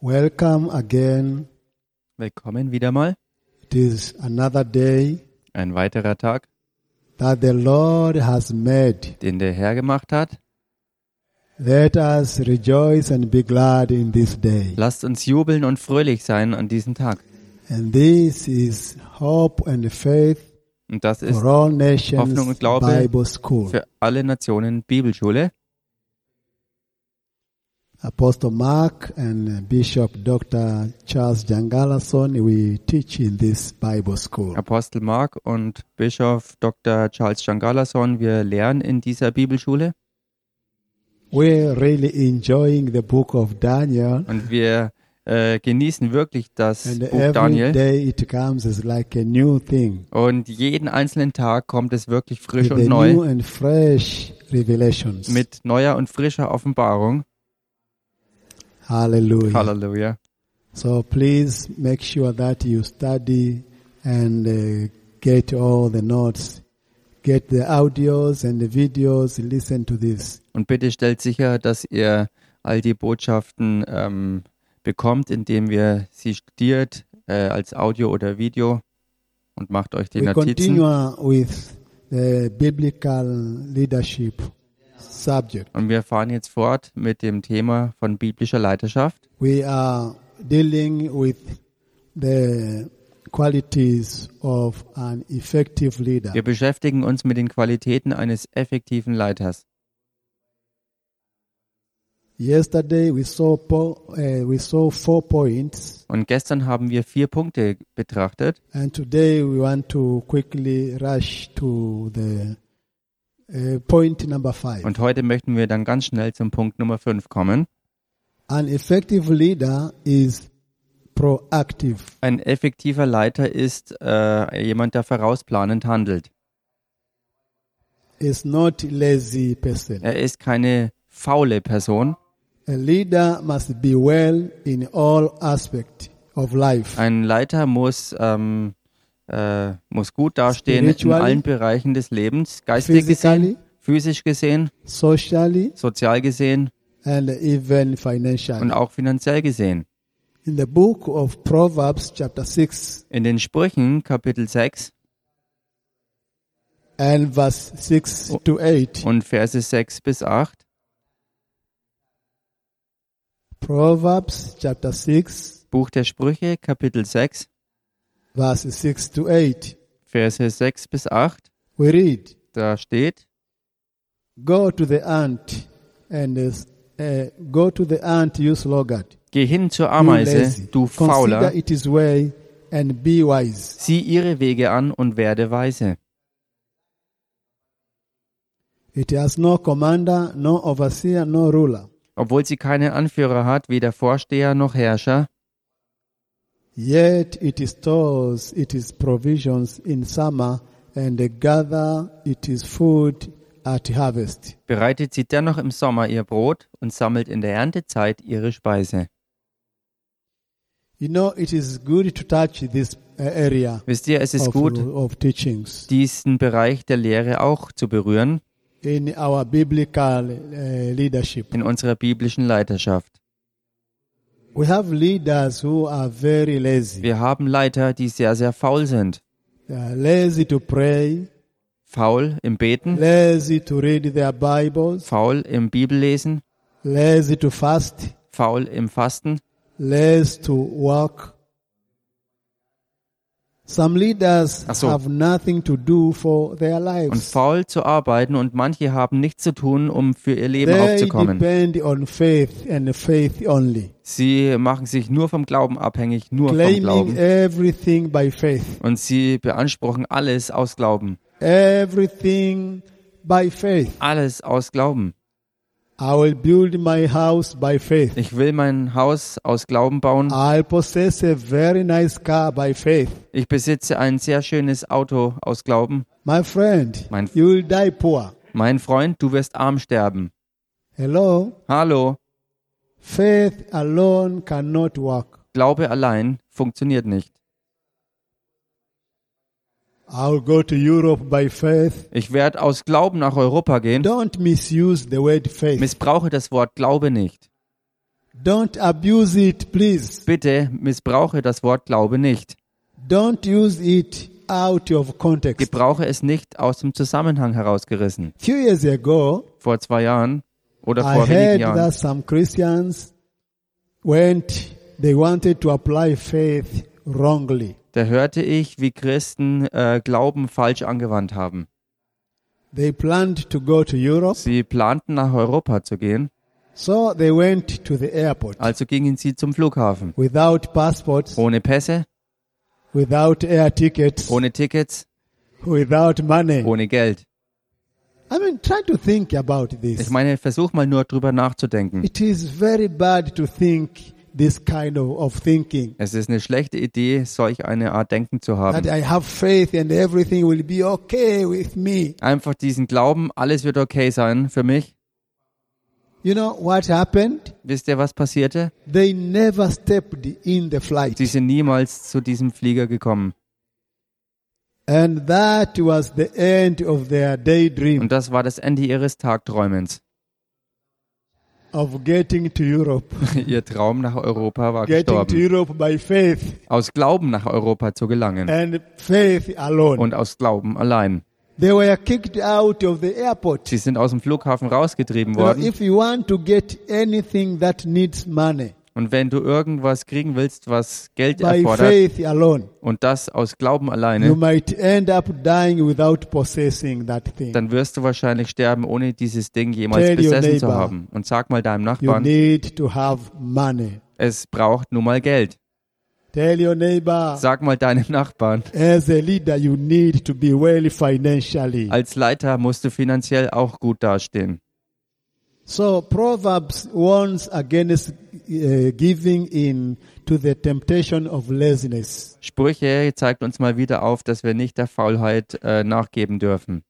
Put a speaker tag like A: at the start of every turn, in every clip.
A: Welcome again.
B: Willkommen wieder mal.
A: It is another day
B: Ein weiterer Tag,
A: that the Lord has made.
B: den der Herr gemacht hat.
A: Let us rejoice and be glad in this day.
B: Lasst uns jubeln und fröhlich sein an diesem Tag.
A: And this is Hope and Faith
B: Und das ist
A: for All
B: Hoffnung
A: Nations
B: und Glaube
A: Bible School.
B: für alle Nationen Bibelschule.
A: Apostle Mark and Bishop Dr. Charles Jangalason we teach in this Bible school.
B: Apostel Mark und Bischof Dr. Charles Jangalason, wir lernen in dieser Bibelschule
A: We're really enjoying the book of Daniel.
B: und wir äh, genießen wirklich das
A: And
B: Buch
A: every
B: Daniel.
A: day it comes as like a new thing,
B: Und jeden einzelnen Tag kommt es wirklich
A: with
B: frisch
A: a
B: und
A: new
B: neu
A: and fresh revelations.
B: mit neuer und frischer Offenbarung.
A: Hallelujah.
B: Halleluja.
A: So please make sure that you study and uh, get all the notes, get the audios and the videos. Listen to this.
B: Und bitte stellt sicher, dass ihr all die Botschaften ähm, bekommt, indem ihr sie studiert äh, als Audio oder Video und macht euch die
A: we continue
B: Notizen.
A: with the biblical leadership subject.
B: Und wir fahren jetzt fort mit dem Thema von biblischer Leiterschaft.
A: We are dealing with the qualities of an effective leader.
B: Wir beschäftigen uns mit den Qualitäten eines effektiven Leiters.
A: Yesterday we saw po- uh, we saw four points,
B: Und gestern haben wir vier Punkte betrachtet
A: and today we want to quickly rush to the uh, point number five.
B: und heute möchten wir dann ganz schnell zum Punkt Nummer fünf kommen.
A: An effective leader is proactive.
B: Ein effektiver Leiter ist äh, jemand, der vorausplanend handelt.
A: Is not lazy person.
B: Er ist keine faule Person.
A: A leader must be well in all aspects of life.
B: Ein Leiter muss, ähm, äh, muss gut dastehen in
A: Spiritually,
B: allen Bereichen des Lebens, geistig
A: physically,
B: gesehen, physisch gesehen,
A: socially
B: sozial gesehen
A: and even financially.
B: und auch finanziell gesehen.
A: In the book of Proverbs chapter 6
B: In den Sprüchen Kapitel 6
A: and verse 6 to 8,
B: und Verse 6 bis 8,
A: Proverbs chapter 6,
B: Buch der Sprüche Kapitel 6,
A: verse 6 to 8,
B: Verse 6 bis 8,
A: we read,
B: da steht,
A: Go to the ant and uh, go to the ant, you sluggard.
B: Geh hin zur
A: You
B: Ameise,
A: lazy.
B: du
A: Consider
B: Fauler,
A: it his way and be wise.
B: sieh ihre Wege an und werde weise.
A: It has no commander, no overseer, no ruler.
B: Obwohl sie keine Anführer hat, weder Vorsteher noch Herrscher,
A: Yet it stores its provisions in summer and gather its food at harvest.
B: bereitet sie dennoch im Sommer ihr Brot und sammelt in der Erntezeit ihre Speise.
A: You know, it is good to touch this uh, area
B: Wisst ihr, es ist
A: of,
B: gut,
A: of teachings
B: diesen Bereich der Lehre auch zu berühren
A: in our biblical uh, leadership.
B: in unserer biblischen Leiterschaft.
A: We have leaders who are very lazy.
B: Wir haben Leiter, die sehr, sehr faul sind.
A: They are lazy to pray,
B: Faul im Beten,
A: lazy to read their Bibles,
B: faul im Bibellesen,
A: lazy to fast,
B: faul im Fasten.
A: lazy to work. Some leaders
B: Ach so.
A: have nothing to do for their
B: Und
A: lives.
B: faul zu arbeiten und manche haben nichts zu tun, um für ihr Leben
A: They
B: aufzukommen.
A: depend on faith and faith only.
B: Sie machen sich nur vom Glauben abhängig, nur vom
A: claiming
B: Glauben.
A: everything by faith.
B: Und sie beanspruchen alles aus Glauben.
A: Everything by faith.
B: Alles aus Glauben.
A: I will build my house by faith.
B: Ich will mein Haus aus Glauben bauen.
A: I'll possess a very nice car by faith.
B: Ich besitze ein sehr schönes Auto aus Glauben.
A: My friend,
B: Mein-
A: you will die poor.
B: Mein Freund, du wirst arm sterben.
A: Hello?
B: Hallo,
A: Faith alone cannot work.
B: Glaube allein funktioniert nicht.
A: I'll go to Europe by faith.
B: Ich werde aus Glauben nach Europa gehen.
A: Don't misuse the word faith.
B: Missbrauche das Wort Glaube nicht.
A: Don't abuse it, please.
B: Bitte missbrauche das Wort Glaube nicht.
A: Don't use it out of context.
B: Gebrauche es nicht aus dem Zusammenhang herausgerissen.
A: Few years ago,
B: Vor zwei Jahren oder
A: I
B: vor wenigen
A: heard
B: Jahren
A: that some Christians went, they wanted to apply faith wrongly.
B: da hörte ich, wie Christen äh, Glauben falsch angewandt haben.
A: They planned to go to Europe,
B: Sie planten nach Europa zu gehen,
A: so they went to the airport
B: also gingen sie zum Flughafen.
A: without passports,
B: Ohne Pässe,
A: without air tickets,
B: ohne Tickets,
A: without money.
B: ohne Geld.
A: I mean, try to think about
B: Ich
A: this.
B: meine, versuch mal nur drüber nachzudenken.
A: It is very bad to think this kind of, of thinking.
B: Es ist eine schlechte Idee, solch eine Art Denken zu
A: That
B: haben.
A: I have faith and everything will be okay with me.
B: Einfach diesen Glauben, alles wird okay sein für mich.
A: You know what happened?
B: Wisst ihr, was passierte?
A: They never stepped in the flight.
B: Sie sind niemals zu diesem Flieger gekommen.
A: And that was the end of their daydream
B: Und das war das Ende ihres Tagträumens.
A: of getting to Europe.
B: Ihr Traum nach Europa war
A: Getting to
B: gestorben.
A: Europe by faith
B: Aus Glauben nach Europa zu gelangen.
A: and faith alone.
B: Und aus Glauben allein.
A: They were kicked out of the airport.
B: Sie sind aus dem Flughafen rausgetrieben
A: You know,
B: worden.
A: Äh, if you want to get anything that needs money,
B: Und wenn du irgendwas kriegen willst, was Geld
A: by
B: erfordert,
A: faith alone,
B: und das aus Glauben
A: you
B: alleine,
A: might end up dying without possessing that thing.
B: dann wirst du wahrscheinlich sterben, ohne dieses Ding jemals
A: Tell your
B: besessen zu
A: neighbor.
B: haben. Und sag mal deinem
A: You
B: Nachbarn,
A: need to have money.
B: es braucht nun mal Geld.
A: Tell your neighbor,
B: Sag mal deinem Nachbarn,
A: as a leader, you need to be well financially.
B: als Leiter musst du finanziell auch gut dastehen.
A: So Proverbs warns against uh, giving in to the temptation of laziness.
B: Sprüche zeigt uns mal wieder auf, dass wir nicht der Faulheit äh, nachgeben dürfen.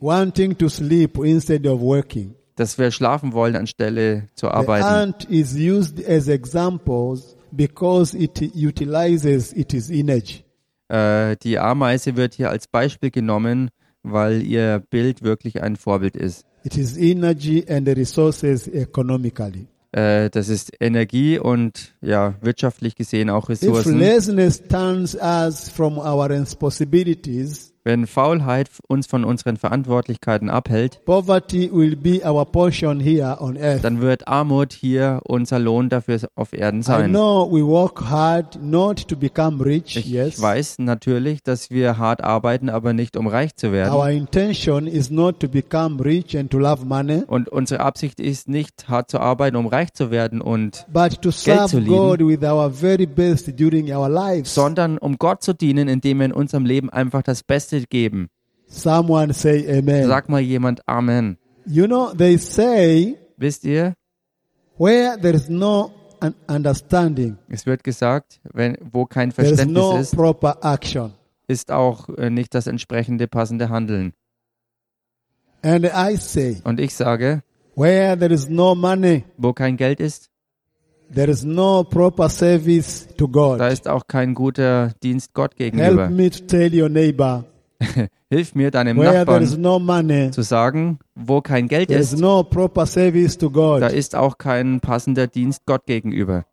A: Wanting to sleep instead of working.
B: Dass wir schlafen wollen, anstelle zu
A: The
B: arbeiten.
A: ant is used as examples because it utilizes its energy.
B: Äh, die Ameise wird hier als Beispiel genommen, weil ihr Bild wirklich ein Vorbild ist.
A: It is energy and resources economically.
B: Äh, das ist Energie und ja, wirtschaftlich gesehen auch
A: If
B: Ressourcen.
A: laziness turns us from our responsibilities,
B: Wenn Faulheit uns von unseren Verantwortlichkeiten abhält,
A: poverty will be our portion here on earth.
B: dann wird Armut hier unser Lohn dafür auf Erden
A: I
B: sein.
A: know we work hard not to become rich,
B: Ich
A: yes.
B: weiß natürlich, dass wir hart arbeiten, aber nicht um reich zu werden.
A: Our intention is not to become rich and to love money,
B: Und unsere Absicht ist nicht, hart zu arbeiten, um reich zu werden, und,
A: but to
B: zu
A: serve
B: lieben.
A: God with our very best during our lives.
B: sondern um Gott zu dienen, indem wir in unserem Leben einfach das Beste geben.
A: Someone say amen.
B: Sag mal jemand Amen.
A: You know, they say
B: Wisst ihr,
A: where there is no un- understanding,
B: es wird gesagt, wenn, wo kein
A: there is
B: Verständnis
A: no
B: ist,
A: proper action.
B: ist auch äh, nicht das entsprechende passende Handeln.
A: And I say
B: Und ich sage,
A: where there is no money,
B: wo kein Geld ist,
A: there is no proper service to
B: Da
A: God.
B: ist auch kein guter Dienst Gott
A: Help
B: gegenüber.
A: me to tell your neighbor
B: Hilf mir, deinem
A: where there is
B: Nachbarn
A: no money,
B: zu sagen, wo kein Geld
A: there is
B: ist,
A: no proper service to
B: da
A: God.
B: ist auch kein passender Dienst Gott gegenüber.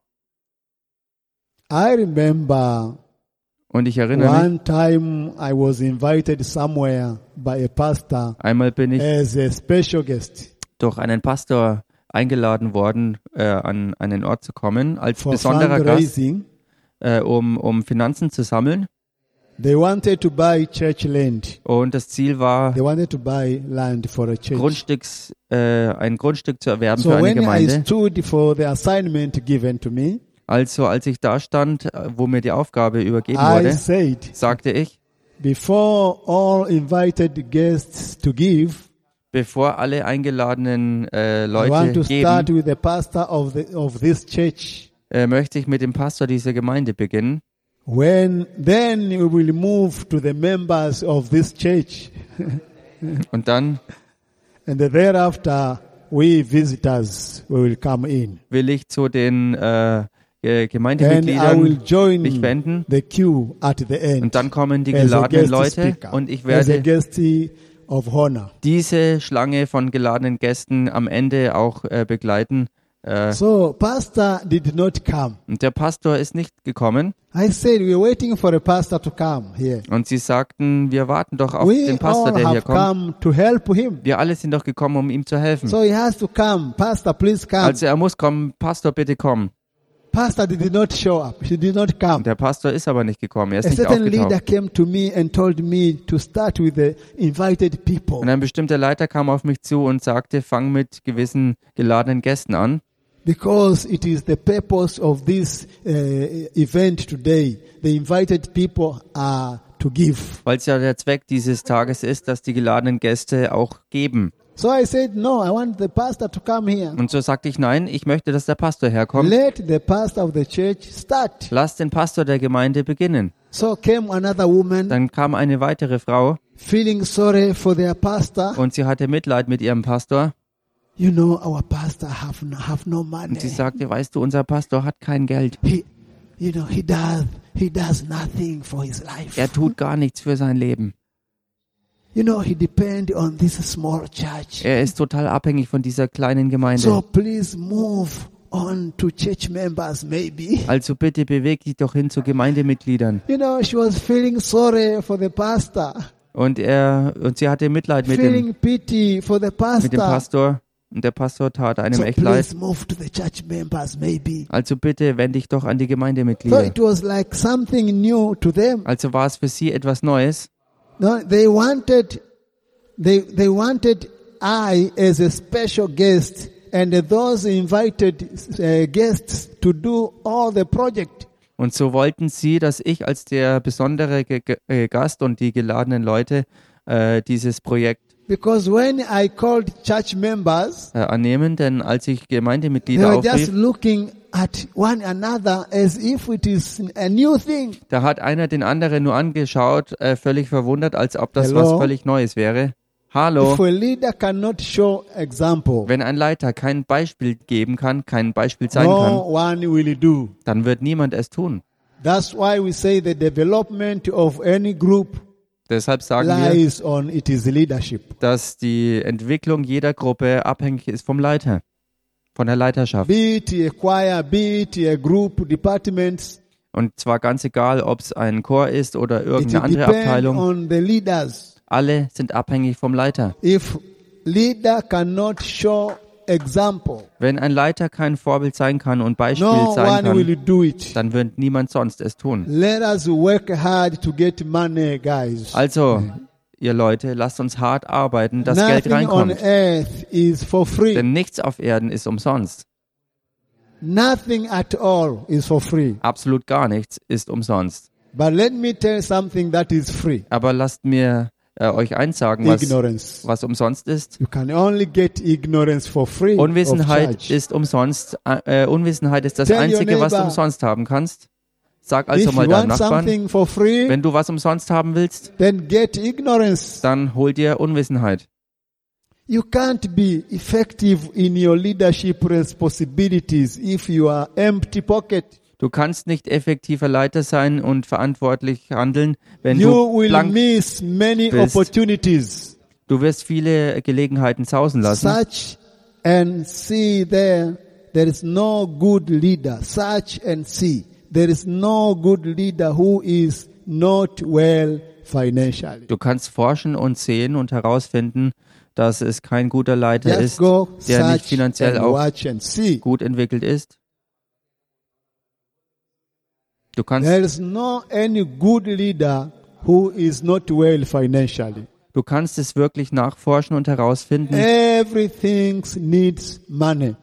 A: I remember
B: Und ich erinnere mich,
A: One time I was invited somewhere by a pastor
B: einmal bin ich
A: as a special guest
B: durch einen Pastor eingeladen worden, äh, an einen Ort zu kommen, als
A: for
B: besonderer Gast,
A: fundraising.
B: äh, um, um Finanzen zu sammeln.
A: They wanted to buy church land.
B: Und das Ziel war,
A: They wanted to buy land for a church.
B: Grundstücks, äh, ein Grundstück zu erwerben für
A: So
B: eine
A: when I
B: Gemeinde.
A: stood for the assignment given to me,
B: Also als ich da stand, äh, wo mir die Aufgabe übergeben
A: I
B: wurde,
A: said,
B: sagte ich,
A: before all invited guests to give,
B: bevor alle eingeladenen äh,
A: I want
B: Leute
A: to start
B: geben,
A: with the pastor of the, of this church.
B: äh, möchte ich mit dem Pastor dieser Gemeinde beginnen.
A: When then we will move to the members of this church.
B: Und dann
A: And thereafter, we visitors will come in.
B: will ich zu den äh, Ge-
A: And I will
B: Gemeindemitgliedern
A: join
B: mich wenden.
A: the queue at the end.
B: Und dann kommen die
A: as a
B: geladenen
A: guest
B: Leute
A: speaker,
B: und ich
A: as a
B: werde
A: guest of honor.
B: diese Schlange von geladenen Gästen am Ende auch äh, begleiten, äh, Äh,
A: So, pastor did not come.
B: und der Pastor ist nicht gekommen.
A: I said, we're waiting for a pastor to come here.
B: Und sie sagten, wir warten doch auf
A: we
B: den Pastor,
A: all
B: der hier
A: have
B: kommt.
A: come to help him.
B: Wir alle sind doch gekommen, um ihm zu helfen.
A: So he has to come. Pastor, please come.
B: Also er muss kommen, Pastor, bitte komm.
A: pastor did not show up. He did not come.
B: Der Pastor ist aber nicht gekommen, er ist
A: A
B: nicht
A: certain leader
B: aufgetaucht.
A: came to me and told me to start with the invited people.
B: Und ein bestimmter Leiter kam auf mich zu und sagte, fang mit gewissen geladenen Gästen an,
A: Because it is the purpose of this uh, event today. The invited people are to give.
B: weil es ja der Zweck dieses Tages ist, dass die geladenen Gäste auch geben.
A: So I said, no, I want the pastor to come here.
B: Und so sagte ich, nein, ich möchte, dass der Pastor herkommt.
A: Let the pastor of the church start.
B: Lass den Pastor der Gemeinde beginnen.
A: So came another woman
B: Dann kam eine weitere Frau
A: feeling sorry for their pastor.
B: und sie hatte Mitleid mit ihrem Pastor.
A: You know, our pastor have no, have no
B: Und sie
A: money.
B: sagte, weißt du, unser Pastor hat kein Geld.
A: He, you know, he does, he does nothing for his life.
B: Er tut gar nichts für sein Leben.
A: You know, he depend on this small church.
B: Er ist total abhängig von dieser kleinen
A: So
B: Gemeinde.
A: please move on to church members, maybe.
B: Also bitte beweg dich doch hin zu Gemeindemitgliedern.
A: You know, she was feeling sorry for the pastor,
B: Und er und sie hatte Mitleid mit dem,
A: feeling pity for the
B: mit
A: pastor.
B: dem Pastor. Und der Pastor tat einem
A: So
B: echt leid.
A: please move to the church members, maybe.
B: Also bitte wend dich doch an die
A: So
B: Gemeindemitglieder.
A: it was like something new to them.
B: Also war es für sie etwas Neues.
A: No, they wanted, they, they wanted I as a special guest and those invited uh, guests to do all the project.
B: Und so wollten sie, dass ich als der besondere Ge Ge äh, Gast und die geladenen Leute äh, dieses Projekt
A: Because when I called church members,
B: äh, annehmen. Denn als ich
A: they
B: Gemeindemitglieder
A: were just
B: aufrief,
A: looking at one another as if it is a new thing.
B: da hat einer den anderen nur angeschaut, äh, völlig verwundert, als ob das
A: Hello?
B: was völlig Neues wäre.
A: If a
B: Hallo.
A: leader cannot show example,
B: Wenn ein Leiter kein Beispiel geben kann, kein Beispiel sein
A: no
B: kann,
A: one will do.
B: dann wird niemand es tun.
A: That's why we say the development of any group
B: Deshalb sagen wir,
A: lies on its leadership.
B: dass die Entwicklung jeder Gruppe abhängig ist vom Leiter, von der Leiterschaft.
A: be it a choir, be it a group, departments.
B: Und zwar ganz egal, ob es ein Chor ist oder
A: It
B: irgendeine andere
A: depends
B: Abteilung,
A: on the leaders.
B: alle sind abhängig vom Leiter.
A: If leader cannot show example,
B: Wenn ein Leiter kein Vorbild sein kann und Beispiel
A: no
B: sein
A: one will
B: kann,
A: do it.
B: dann wird niemand sonst es tun.
A: Let us work hard to get money, guys.
B: Also, ihr Leute, lasst uns hart arbeiten, dass Geld
A: Nothing on
B: reinkommt.
A: earth is for free.
B: Denn nichts auf Erden ist umsonst.
A: Nothing at all is for free.
B: Absolut gar nichts ist umsonst.
A: But let me tell you something that is free.
B: Aber lasst mir äh, euch eins sagen, was,
A: ignorance.
B: was umsonst ist.
A: You can only get ignorance for free. of
B: Unwissenheit
A: charge.
B: ist umsonst. Äh, äh, Unwissenheit ist das
A: Tell your
B: Einzige, was du
A: neighbor.
B: umsonst haben kannst. Sag also
A: If you
B: mal deinem
A: want
B: Nachbarn,
A: something for free,
B: wenn du was umsonst haben willst,
A: then get ignorance.
B: dann hol dir Unwissenheit.
A: You can't be effective in your leadership responsibilities if you are empty pocket.
B: Du kannst nicht effektiver Leiter sein und verantwortlich handeln, wenn
A: You
B: du
A: will
B: blank
A: miss many
B: bist.
A: opportunities.
B: Du wirst viele Gelegenheiten sausen lassen.
A: Search and see there. There is no good leader. Search and see. There is no good leader who is not well financially.
B: Du kannst forschen und sehen und herausfinden, dass es kein guter Leiter
A: Just
B: ist,
A: go
B: der
A: search
B: nicht finanziell
A: and
B: auch
A: watch and see.
B: gut entwickelt ist. Du kannst,
A: There is no any good leader who is not well financially.
B: du kannst es wirklich nachforschen und herausfinden,
A: Everything needs money.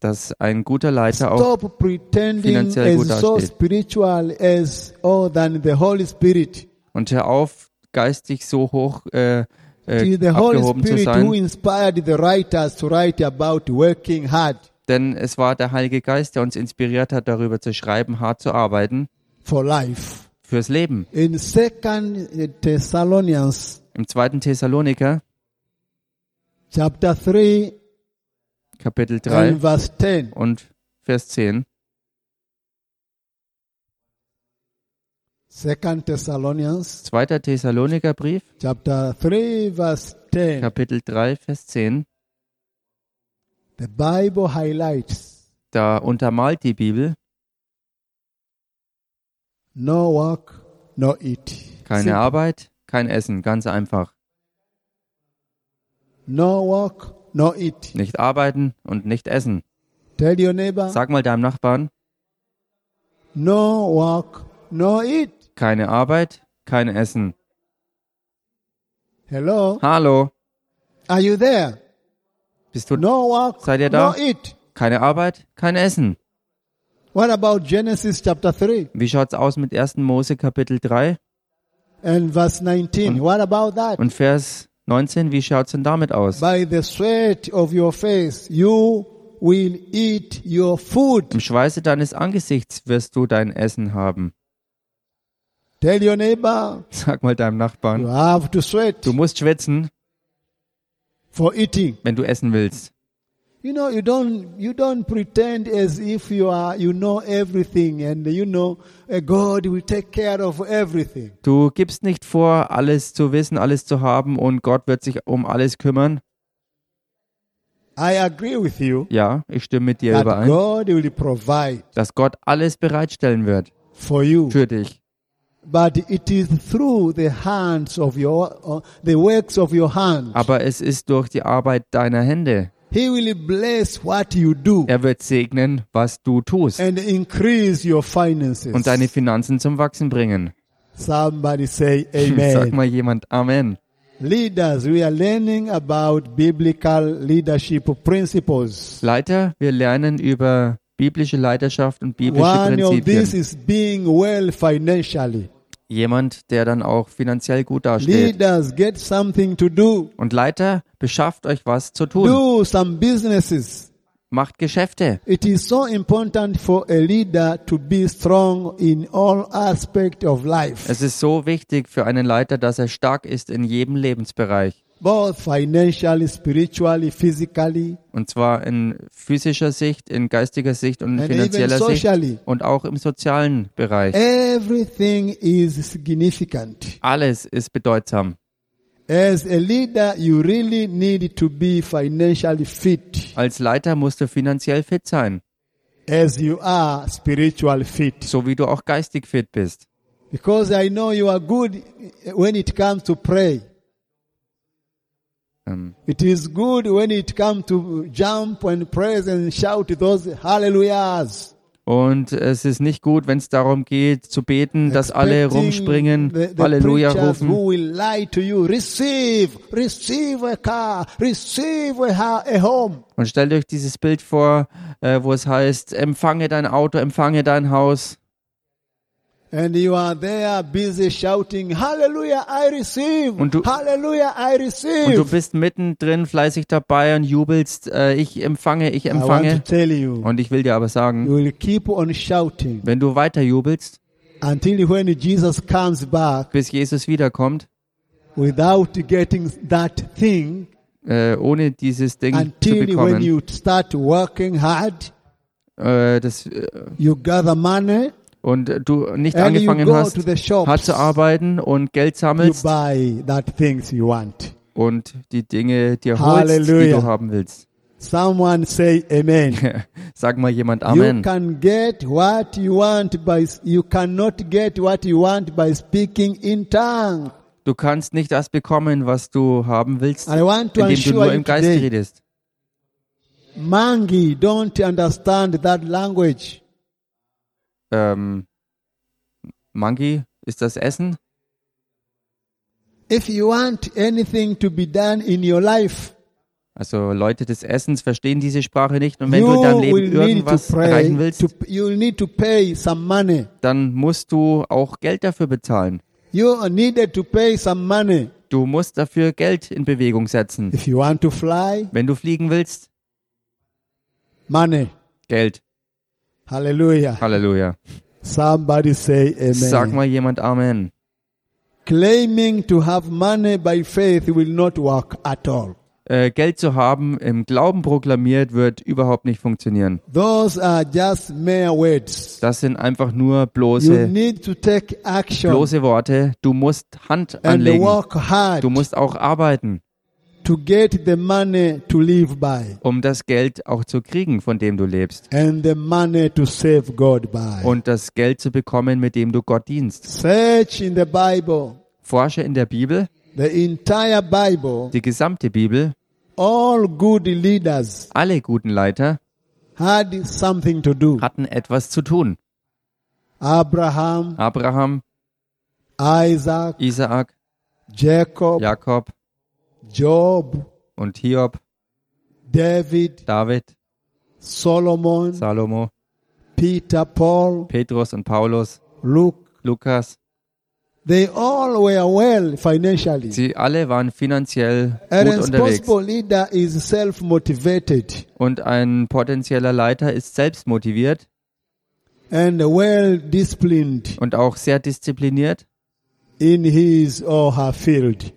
B: dass ein guter Leiter auch
A: Stop pretending
B: finanziell gut
A: as so
B: dasteht.
A: spiritual as all than the Holy Spirit.
B: und hör auf, geistig so hoch äh,
A: It is
B: äh,
A: the Holy
B: abgehoben zu
A: Spirit who
B: sein.
A: inspired the writers to write about working hard
B: Denn es war der Heilige Geist, der uns inspiriert hat, darüber zu schreiben, hart zu arbeiten
A: for life.
B: fürs Leben.
A: In Second eh, Thessalonians
B: Im zweiten Thessaloniker,
A: chapter three
B: Kapitel 3,
A: and verse ten,
B: und Vers 10.
A: Second Thessalonians
B: 2. Thessalonikerbrief,
A: chapter three verse ten.
B: Kapitel 3, Vers 10.
A: The Bible highlights
B: Da untermalt die Bibel
A: no work, no eat.
B: keine
A: Simple.
B: Arbeit, kein Essen, ganz einfach.
A: No work, no eat.
B: Nicht arbeiten und nicht essen.
A: Tell your neighbor,
B: Sag mal deinem Nachbarn,
A: no work, no eat.
B: keine Arbeit, kein Essen.
A: Hello,
B: Hallo,
A: are you there?
B: bist du
A: No work,
B: Seid ihr da?
A: no eat.
B: keine Arbeit, kein Essen?
A: What about Genesis chapter 3
B: Wie schaut's aus mit 1. Mose Kapitel 3
A: and verse 19? What about that?
B: und Vers 19? Wie schaut's denn damit aus?
A: By the sweat of your face you will eat your food.
B: Im Schweiße deines Angesichts wirst du dein Essen haben.
A: Tell your neighbor
B: Sag mal deinem
A: you
B: Nachbarn,
A: have to sweat
B: du musst schwitzen,
A: for eating.
B: wenn du essen willst.
A: You know, you don't you don't pretend as if you are you know everything and you know uh, God will take care of everything.
B: Du gibst nicht vor, alles zu wissen, alles zu haben und Gott wird sich um alles kümmern.
A: I agree with you
B: Ja, ich stimme mit dir
A: that
B: überein,
A: God will provide
B: dass Gott alles bereitstellen wird
A: for you,
B: für dich.
A: but it is through the hands of your uh, the works of your hands.
B: Aber es ist durch die Arbeit deiner Hände.
A: He will bless what you do
B: Er wird segnen, was du tust
A: and increase your finances.
B: und deine Finanzen zum Wachsen bringen.
A: Somebody say
B: Sag
A: amen.
B: mal jemand Amen.
A: Leaders, we are learning about biblical leadership principles.
B: Leiter, wir lernen über biblische Leiterschaft und biblische
A: One of these
B: Prinzipien.
A: is being well financially.
B: Jemand, der dann auch finanziell gut dasteht.
A: Leaders, get something to do.
B: Und Leiter, beschafft euch was zu tun.
A: Do some businesses.
B: Macht Geschäfte.
A: It is so important for a leader to be strong in all aspects of life,
B: Es ist so wichtig für einen Leiter, dass er stark ist in jedem Lebensbereich.
A: both financially, spiritually, physically,
B: Und zwar in physischer Sicht, in geistiger Sicht und in
A: And even
B: finanzieller
A: socially.
B: Sicht und auch im sozialen Bereich.
A: Everything is significant.
B: Alles ist bedeutsam.
A: As a leader, you really need to be financially fit
B: Als Leiter musst du finanziell fit sein,
A: as you are spiritually fit.
B: so wie du auch geistig fit bist.
A: Because I know you are good when it comes to pray.
B: Ähm,
A: It is good when it comes to jump and praise and shout those hallelujahs.
B: Und es ist nicht gut, wenn es darum geht, zu beten, dass alle
A: Expecting
B: rumspringen,
A: the, the
B: Halleluja
A: preachers Who
B: rufen.
A: will lie to you? Receive, receive a car, receive a, ha- a home.
B: Und stellt euch dieses Bild vor, äh, wo es heißt, empfange dein Auto, empfange dein Haus.
A: And you are there busy shouting, Hallelujah, I receive!
B: Und du-
A: Hallelujah, I
B: Und du
A: receive!
B: bist mittendrin fleißig dabei und jubelst, äh, ich empfange, ich
A: I want to
B: empfange.
A: tell you,
B: Und ich will dir aber
A: you
B: sagen,
A: will keep on shouting
B: wenn du weiter jubelst,
A: until when Jesus comes back
B: bis Jesus wiederkommt,
A: without getting that thing,
B: äh, ohne dieses Ding zu
A: until when
B: bekommen,
A: you start working hard,
B: äh, das, äh,
A: you gather money,
B: und du nicht
A: And you
B: angefangen
A: go
B: hast,
A: to the shops.
B: hart zu arbeiten und Geld
A: you
B: sammelst,
A: buy that things you want.
B: und die Dinge dir holst, die
A: Halleluja.
B: du haben willst.
A: Someone say amen.
B: Sag mal jemand
A: You
B: Amen.
A: can get what you want by, you cannot get what you want by speaking in tongue.
B: Du kannst nicht das bekommen, was du haben willst,
A: I want to
B: indem du
A: assure
B: nur
A: you
B: im Geist
A: today,
B: redest.
A: Mangi don't understand that language.
B: Ähm, Mangi, ist das Essen?
A: If you want anything to be done in your life,
B: Also Leute des Essens verstehen diese Sprache nicht und wenn
A: you
B: du in deinem
A: will
B: Leben
A: need to
B: irgendwas
A: pray.
B: erreichen willst,
A: To, you'll need to pay some money.
B: dann musst du auch Geld dafür bezahlen.
A: You needed to pay some money.
B: Du musst dafür Geld in Bewegung setzen.
A: If you want to fly,
B: Wenn du fliegen willst,
A: money.
B: Geld.
A: Hallelujah.
B: Halleluja.
A: Somebody say amen.
B: Sag mal jemand Amen.
A: Claiming to have money by faith will not work at all.
B: äh, Geld zu haben, im Glauben proklamiert, wird überhaupt nicht funktionieren.
A: Those are just mere words.
B: Das sind einfach nur
A: You
B: bloße,
A: need to take action
B: bloße Worte. Du musst Hand
A: and
B: anlegen.
A: work hard
B: Du musst auch arbeiten.
A: to get the money to live by
B: um das Geld auch zu kriegen, von dem du lebst.
A: and the money to serve God by.
B: Und das Geld zu bekommen, mit dem du Gott dienst.
A: Search in the Bible,
B: Forsche in der Bibel,
A: the entire Bible,
B: die gesamte Bibel,
A: all good leaders
B: alle guten Leiter
A: had something to do.
B: hatten etwas zu tun.
A: Abraham,
B: Abraham,
A: Isaac,
B: Isaak,
A: Jacob,
B: Jakob
A: Job,
B: und Hiob,
A: David,
B: David,
A: Solomon,
B: Salomo,
A: Peter, Paul,
B: Petrus und Paulus,
A: Luke.
B: Lukas.
A: They all were well financially.
B: Sie alle waren finanziell
A: A
B: gut unterwegs.
A: responsible leader is self motivated
B: Und ein potenzieller Leiter ist selbst motiviert
A: and well disciplined
B: und auch sehr diszipliniert
A: in his or her field.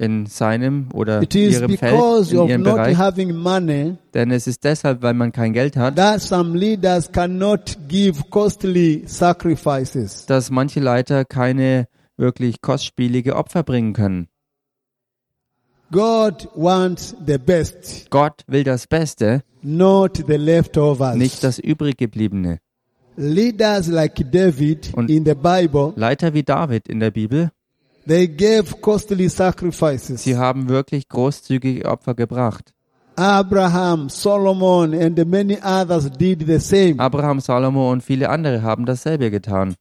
B: in seinem oder
A: It is
B: ihrem Feld,
A: because
B: in
A: of
B: ihrem
A: not
B: Bereich.
A: having money
B: Denn es ist deshalb, weil man kein Geld hat,
A: that some leaders cannot give costly sacrifices.
B: dass manche Leiter keine wirklich kostspielige Opfer bringen können.
A: God wants the best,
B: Gott will das Beste,
A: not the leftovers.
B: nicht das übriggebliebene.
A: Leaders like David
B: Und-
A: in the Bible,
B: Leiter wie David in der Bibel,
A: they gave costly sacrifices.
B: sie haben wirklich großzügige Opfer gebracht.
A: Abraham, Solomon, and many others did the same.
B: Abraham, Salomo und viele andere haben dasselbe getan.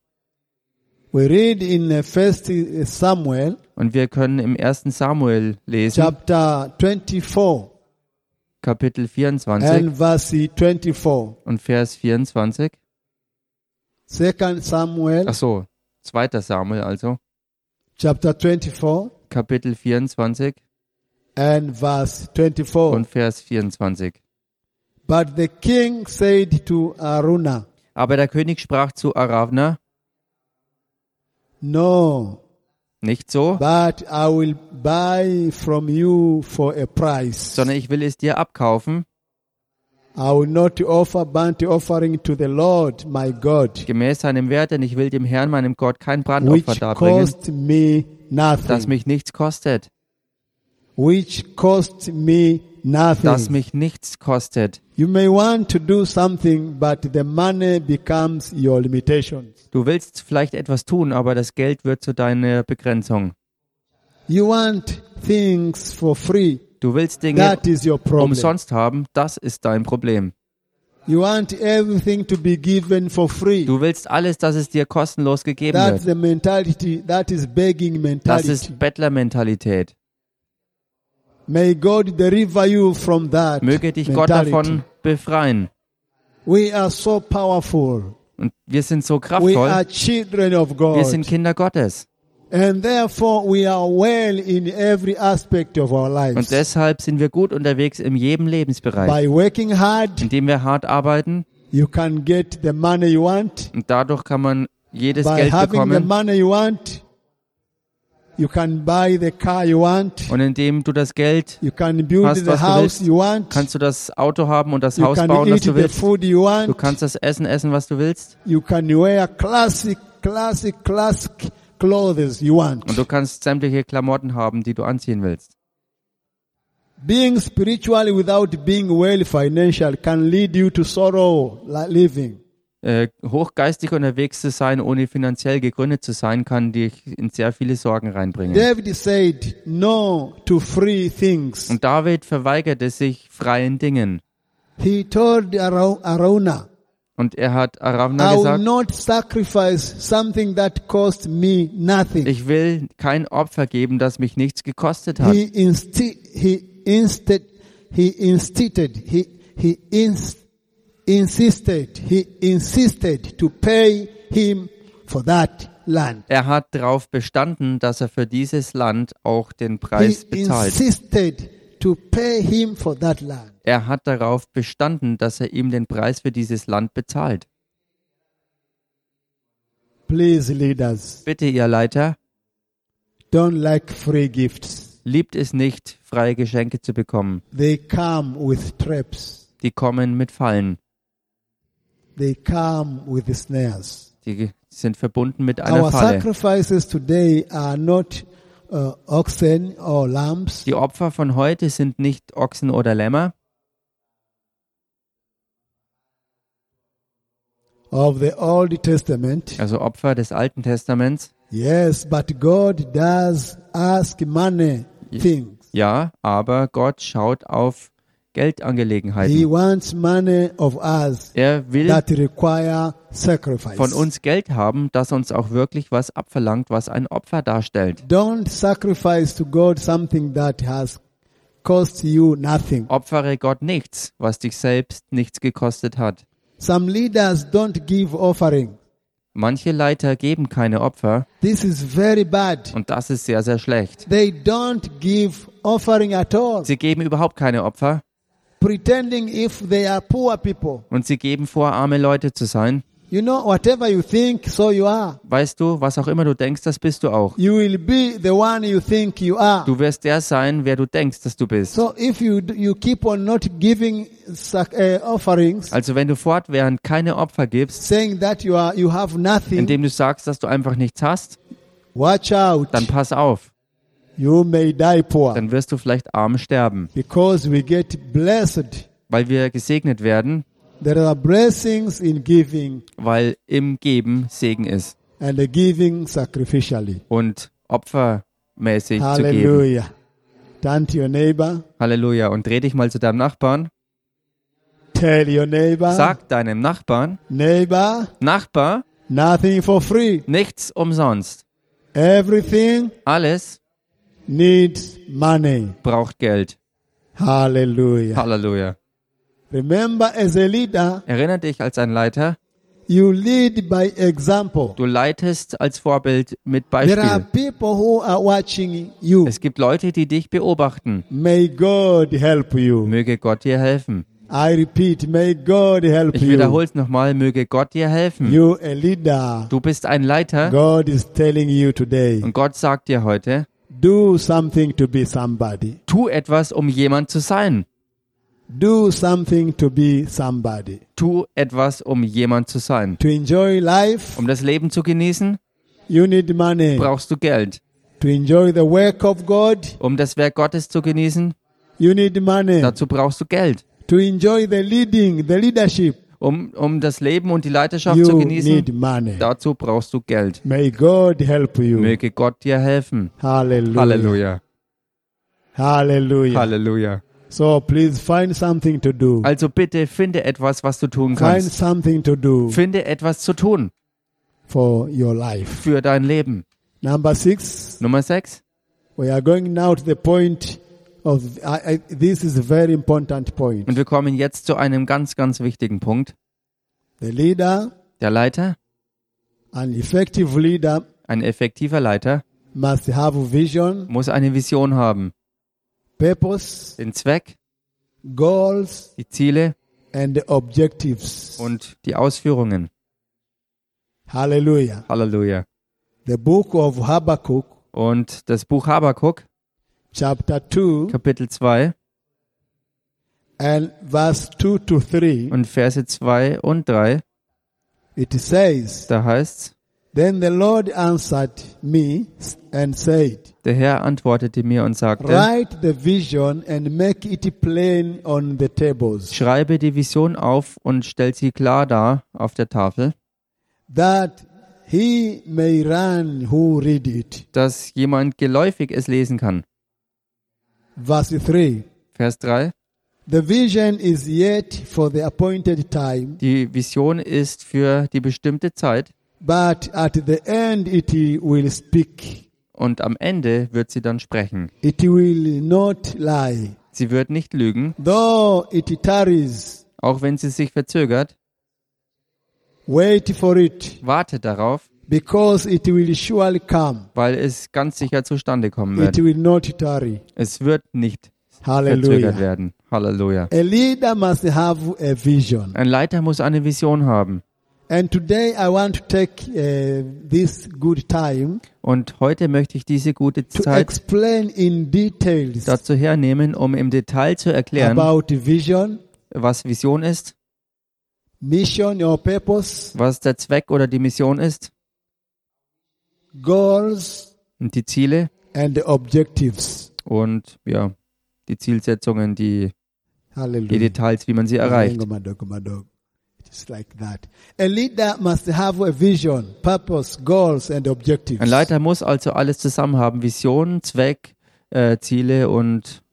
A: We read in uh, First Samuel
B: Und wir können im 1. Samuel lesen,
A: chapter 24
B: Kapitel
A: and
B: 24
A: verse 24.
B: und Vers 24.
A: Second Samuel
B: Ach so, 2. Samuel also,
A: chapter 24
B: Kapitel 24
A: and verse 24.
B: und Vers 24.
A: But the king said to Aruna,
B: Aber der König sprach zu Aravna,
A: No,
B: nicht so,
A: but I will buy from you for a price.
B: sondern ich will es dir abkaufen,
A: I will not offer burnt offering to the Lord my God,
B: gemäß seinem Wert, denn ich will dem Herrn, meinem Gott, kein
A: which
B: Brandopfer darbringen,
A: cost me
B: das
A: nothing.
B: mich nichts kostet,
A: Which cost me
B: das
A: nothing.
B: mich nichts kostet.
A: You may want to do something, but the money becomes your limitations.
B: Du willst vielleicht etwas tun, aber das Geld wird zu deiner Begrenzung.
A: You want things for free.
B: Du willst Dinge
A: That is your problem.
B: umsonst haben, das ist dein Problem.
A: You want everything to be given for free.
B: Du willst alles, dass es dir kostenlos gegeben
A: That's the
B: wird.
A: mentality. That is begging
B: Das ist
A: mentality.
B: Bettlermentalität.
A: May God deliver you from that
B: Möge dich Gott davon
A: mentality.
B: befreien.
A: We are so powerful.
B: Und wir sind so
A: We are
B: kraftvoll,
A: children of
B: wir sind
A: God.
B: Kinder Gottes.
A: And therefore, we are well in every aspect of our
B: Und
A: lives.
B: deshalb sind wir gut unterwegs in jedem Lebensbereich,
A: By working hard,
B: indem wir hart arbeiten
A: you can get the money you want.
B: und dadurch kann man jedes
A: By
B: Geld
A: having the
B: bekommen.
A: money you want, you can buy the car you want.
B: Und indem du das Geld
A: You can build
B: Hast,
A: the
B: was du
A: house
B: willst.
A: you want.
B: kannst du das Auto haben und das
A: You
B: Haus
A: can
B: bauen,
A: eat
B: was du
A: the
B: willst.
A: food you
B: Du
A: want.
B: kannst das Essen essen, was du willst.
A: You can wear classic, classic, classic clothes you want.
B: Und du kannst sämtliche Klamotten haben, die du anziehen willst.
A: Being spiritually without being well financial can lead you to sorrow like living.
B: Äh, hochgeistig unterwegs zu sein, ohne finanziell gegründet zu sein, kann dich in sehr viele Sorgen reinbringen.
A: David said no to free things.
B: Und David verweigerte sich freien Dingen.
A: He told Ara- Arauna,
B: Und er hat Aravna
A: I will
B: gesagt,
A: not sacrifice something that cost me nothing.
B: Ich will kein Opfer geben, das mich nichts gekostet hat.
A: He insti- he instead he insisted he he ins- insisted he insisted to pay him for that land.
B: Er hat darauf bestanden, dass er für dieses Land auch den
A: He
B: Preis bezahlt.
A: insisted to pay him for that land.
B: Er hat darauf bestanden, dass er ihm den Preis für dieses Land bezahlt.
A: Please, leaders,
B: Bitte, ihr Leiter,
A: don't like free gifts.
B: liebt es nicht, freie Geschenke zu bekommen.
A: They come with traps.
B: Die kommen mit Fallen.
A: They come with snares.
B: Die sind verbunden mit einer
A: Our
B: Falle.
A: sacrifices today are not uh, oxen or lambs,
B: Die Opfer von heute sind nicht Ochsen oder Lämmer,
A: of the Old Testament.
B: also Opfer des Alten Testaments.
A: Yes, but God does ask money
B: Ye-
A: things.
B: Ja, aber Gott schaut auf
A: He
B: Geldangelegenheiten.
A: wants money of us
B: Er will
A: that require sacrifice.
B: von uns Geld haben, das uns auch wirklich was abverlangt, was ein Opfer darstellt.
A: Don't sacrifice to God something that has cost you nothing.
B: Opfere Gott nichts, was dich selbst nichts gekostet hat.
A: Some leaders don't give offering.
B: Manche Leiter geben keine Opfer
A: This is very bad.
B: und das ist sehr, sehr schlecht.
A: They don't give offering at all,
B: Sie geben überhaupt keine Opfer
A: pretending if they are poor people.
B: und sie geben vor, arme Leute zu sein.
A: You know, whatever you think, so you are.
B: Weißt du, was auch immer du denkst, das bist du auch.
A: You will be the one you think you are.
B: Du wirst der sein, wer du denkst, dass du bist.
A: So if you you keep on not giving sac- uh, offerings,
B: Also wenn du fortwährend keine Opfer gibst,
A: saying that you are you have nothing,
B: indem du sagst, dass du einfach nichts hast,
A: watch out.
B: dann pass auf.
A: You may die poor
B: Dann wirst du vielleicht arm sterben.
A: because we get blessed.
B: Weil wir gesegnet werden,
A: There are blessings in giving
B: weil im Geben Segen ist.
A: and the giving sacrificially.
B: und opfermäßig zu geben.
A: Hallelujah. Turn to your neighbor.
B: Halleluja. Und dreh dich mal zu deinem Nachbarn.
A: Tell your neighbor.
B: Sag deinem Nachbarn,
A: Neighbor,
B: Nachbar,
A: nothing for free.
B: nichts umsonst.
A: Everything
B: Alles
A: needs money.
B: braucht Geld.
A: Hallelujah.
B: Halleluja.
A: Remember, as a leader,
B: Erinnere dich als ein Leiter,
A: you lead by example.
B: du leitest als Vorbild mit
A: There are
B: Beispiel.
A: people who are watching you.
B: Es gibt Leute, die dich beobachten.
A: May God help you.
B: Möge Gott dir helfen.
A: I repeat, may God help
B: Ich
A: you.
B: wiederhole es nochmal, möge Gott dir helfen.
A: You a leader.
B: Du bist ein Leiter
A: God is telling you today,
B: und Gott sagt dir heute,
A: do something to be somebody.
B: tu etwas, um jemand zu sein.
A: Do something to be somebody.
B: Tu etwas, um jemand zu sein.
A: To enjoy life,
B: Um das Leben zu genießen,
A: you need money.
B: brauchst du Geld.
A: To enjoy the work of God,
B: Um das Werk Gottes zu genießen,
A: you need money.
B: dazu brauchst du Geld.
A: To enjoy the leading, the leadership,
B: Um, um das Leben und die Leidenschaft zu
A: you need
B: genießen,
A: money.
B: dazu brauchst du Geld.
A: May God help you.
B: Möge Gott dir helfen.
A: Hallelujah.
B: Halleluja.
A: Hallelujah.
B: Halleluja.
A: So please find something to do.
B: Also bitte finde etwas, was du tun
A: Find
B: kannst.
A: something to do
B: Finde etwas zu tun
A: for your life.
B: für dein Leben.
A: Number six,
B: Nummer 6.
A: we are going now to the point of I, I, this is a very important point.
B: Und wir kommen jetzt zu einem ganz, ganz wichtigen Punkt.
A: The leader,
B: Der Leiter,
A: an effective leader,
B: ein effektiver Leiter,
A: must have vision,
B: muss eine Vision haben.
A: purpose,
B: Den Zweck,
A: goals,
B: die Ziele
A: and objectives.
B: und die Ausführungen.
A: Hallelujah.
B: Halleluja.
A: The book of Habakkuk,
B: Und das Buch Habakuk,
A: chapter 2,
B: Kapitel 2
A: and verse 2 to 3,
B: und Verse 2 und 3,
A: it says,
B: da heißt's,
A: Then the Lord answered me and said,
B: der Herr antwortete mir und sagte,
A: Write the vision and make it plain on the tables,
B: schreibe die Vision auf und stell sie klar dar auf der Tafel,
A: that he may run who read it.
B: dass jemand geläufig es lesen kann.
A: Verse 3.
B: Vers 3,
A: The vision is yet for the appointed time,
B: die Vision ist für die bestimmte Zeit
A: but at the end it will speak.
B: und am Ende wird sie dann sprechen.
A: It will not lie.
B: Sie wird nicht lügen,
A: Though it tarries,
B: auch wenn sie sich verzögert,
A: wait for it,
B: warte darauf,
A: because it will surely come.
B: weil es ganz sicher zustande kommen
A: It
B: wird.
A: will not tarry.
B: Es wird nicht verzögert
A: Hallelujah.
B: werden. Halleluja.
A: A leader must have a vision.
B: Ein Leiter muss eine Vision haben.
A: And today I want to take uh, this good time
B: Und heute möchte ich diese gute
A: to
B: Zeit
A: explain in details
B: dazu hernehmen, um im Detail zu erklären,
A: about vision,
B: was Vision ist,
A: mission or purpose,
B: was der Zweck oder die Mission ist
A: goals
B: und die Ziele
A: and the objectives.
B: und ja, die Zielsetzungen, die, die
A: Hallelujah.
B: Details, wie man sie erreicht.
A: Malengo madogo madogo. It's like that. A leader must have a vision, purpose, goals, and objectives.
B: Ein Leiter muss also alles zusammen haben: Vision, Zweck, äh, Ziele und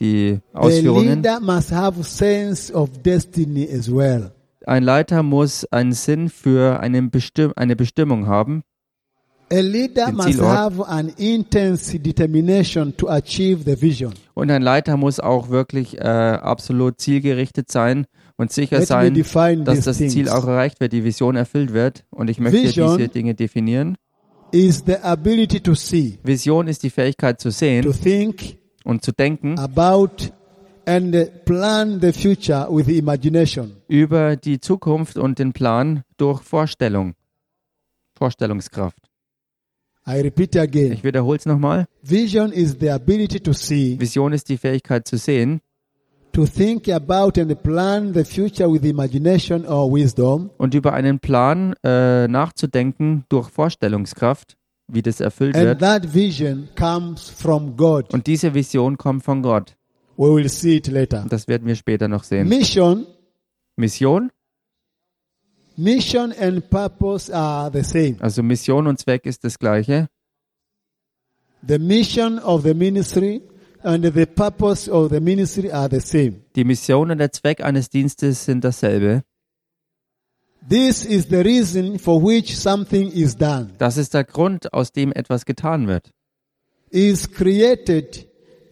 B: die
A: the
B: Ausführungen.
A: leader must have sense of destiny as well.
B: Ein Leiter muss einen Sinn für einen Bestimm eine Bestimmung haben.
A: A leader
B: Den
A: must
B: Zielort.
A: have an intense determination to achieve the vision.
B: Und ein Leiter muss auch wirklich äh, absolut zielgerichtet sein und sicher
A: Let me
B: sein,
A: define
B: dass
A: these
B: das
A: things.
B: Ziel auch erreicht wird, die Vision erfüllt wird. Und ich möchte
A: Vision.
B: diese Dinge definieren.
A: Is the ability to see,
B: Vision ist die Fähigkeit zu
A: to
B: sehen
A: think
B: und zu denken
A: about, and uh, plan the future with imagination.
B: über die Zukunft und den Plan durch Vorstellung. Vorstellungskraft.
A: I repeat again.
B: Ich wiederhole es nochmal.
A: Vision is the ability to see,
B: Vision ist die Fähigkeit zu sehen
A: to think about and plan the future with imagination or wisdom,
B: und über einen Plan äh, nachzudenken durch Vorstellungskraft, wie das erfüllt
A: and
B: wird.
A: that vision comes from God.
B: Und diese Vision kommt von Gott.
A: We will see it later.
B: Und das werden wir später noch sehen.
A: Mission,
B: Mission,
A: mission and purpose are the same.
B: also Mission und Zweck ist das gleiche.
A: The mission of the ministry and the purpose of the ministry are the same.
B: Die Mission und der Zweck eines Dienstes sind dasselbe.
A: This is the reason for which something is done,
B: Das ist der Grund, aus dem etwas getan wird.
A: is created,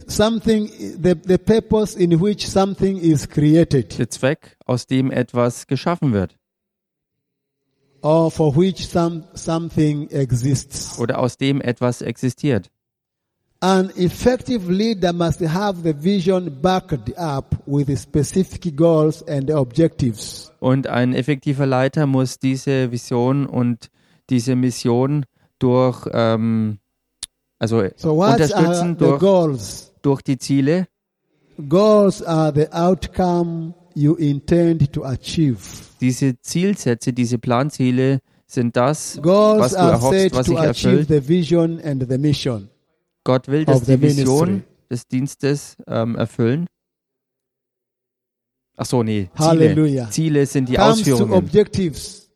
A: something, the, the purpose in which something is created.
B: Der Zweck, aus dem etwas geschaffen wird
A: or for which some, something exists.
B: oder aus dem etwas existiert.
A: An effective leader must have the vision backed up with specific goals and objectives.
B: Und ein effektiver Leiter muss diese Vision und diese Mission durch, ähm, also
A: So what are
B: unterstützen
A: the
B: durch,
A: goals?
B: durch die Ziele.
A: Goals are the outcome you intend to achieve.
B: Diese Zielsätze, diese Planziele sind das, was
A: Goals
B: du
A: are
B: erhoffst,
A: set
B: was
A: to
B: sich
A: achieve
B: erfüllt.
A: the vision and the mission.
B: Gott
A: of
B: will, dass
A: the
B: die Vision
A: ministry.
B: des Dienstes ähm, erfüllen. Ach so, nee, Ziele.
A: Halleluja.
B: Ziele sind die
A: Comes to
B: Ausführungen.
A: objectives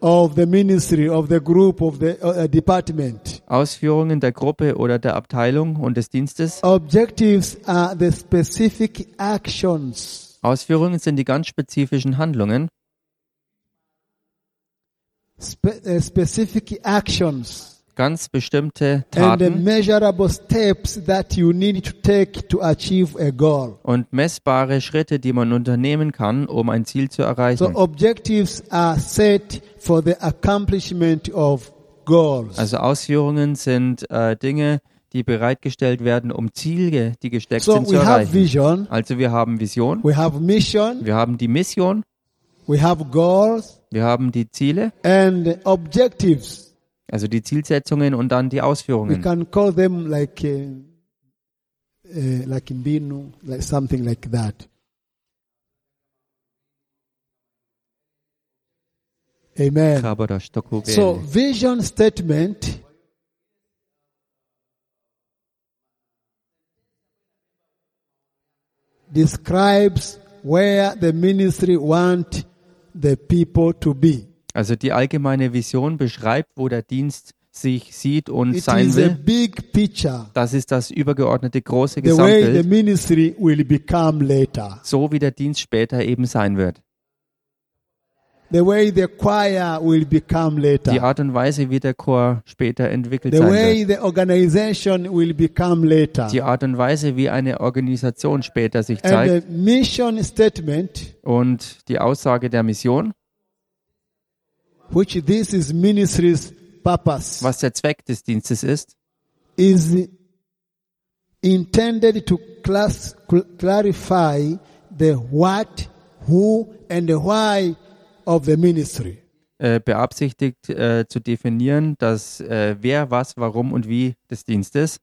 A: of the ministry, of the group, of the uh, department.
B: Ausführungen der Gruppe oder der Abteilung und des Dienstes.
A: Objectives are the specific actions
B: Ausführungen sind die ganz spezifischen Handlungen.
A: spe- uh, specific actions
B: ganz
A: and
B: bestimmte
A: the
B: Taten
A: measurable steps that you need to take to achieve a goal
B: und messbare Schritte, die man unternehmen kann, um ein Ziel zu
A: so oh.
B: erreichen.
A: objectives are set for the accomplishment of goals
B: Also Ausführungen sind äh, Dinge, die bereitgestellt werden, um Ziele, die gesteckt
A: so
B: sind,
A: we
B: zu
A: have
B: erreichen.
A: vision
B: Also wir haben Vision,
A: we have mission
B: wir haben die Mission,
A: we have goals
B: wir haben die Ziele,
A: and objectives
B: also die Zielsetzungen und dann die
A: we
B: Ausführungen.
A: can call them like uh, uh, like mbinu like something like that amen
B: Kaboda Stokubele.
A: so vision statement describes where the ministry want the people to be
B: Also die allgemeine Vision beschreibt, wo der Dienst sich sieht und
A: it
B: sein
A: is a
B: will.
A: big picture
B: Das ist das übergeordnete große
A: the way the
B: Gesamtbild,
A: ministry will become later
B: so wie der Dienst später eben sein wird.
A: The way the choir will become later.
B: die Art und Weise, wie der Chor später entwickelt
A: the
B: sein
A: way
B: wird,
A: the organization will become later.
B: die Art und Weise, wie eine Organisation später sich
A: and
B: zeigt
A: the mission statement,
B: und die Aussage der Mission,
A: which this is ministry's purpose,
B: was der Zweck des Dienstes ist,
A: is intended to class, cl- clarify the what, who, and the why of the ministry.
B: äh, beabsichtigt äh, zu definieren, dass äh, wer, was, warum und wie des Dienstes.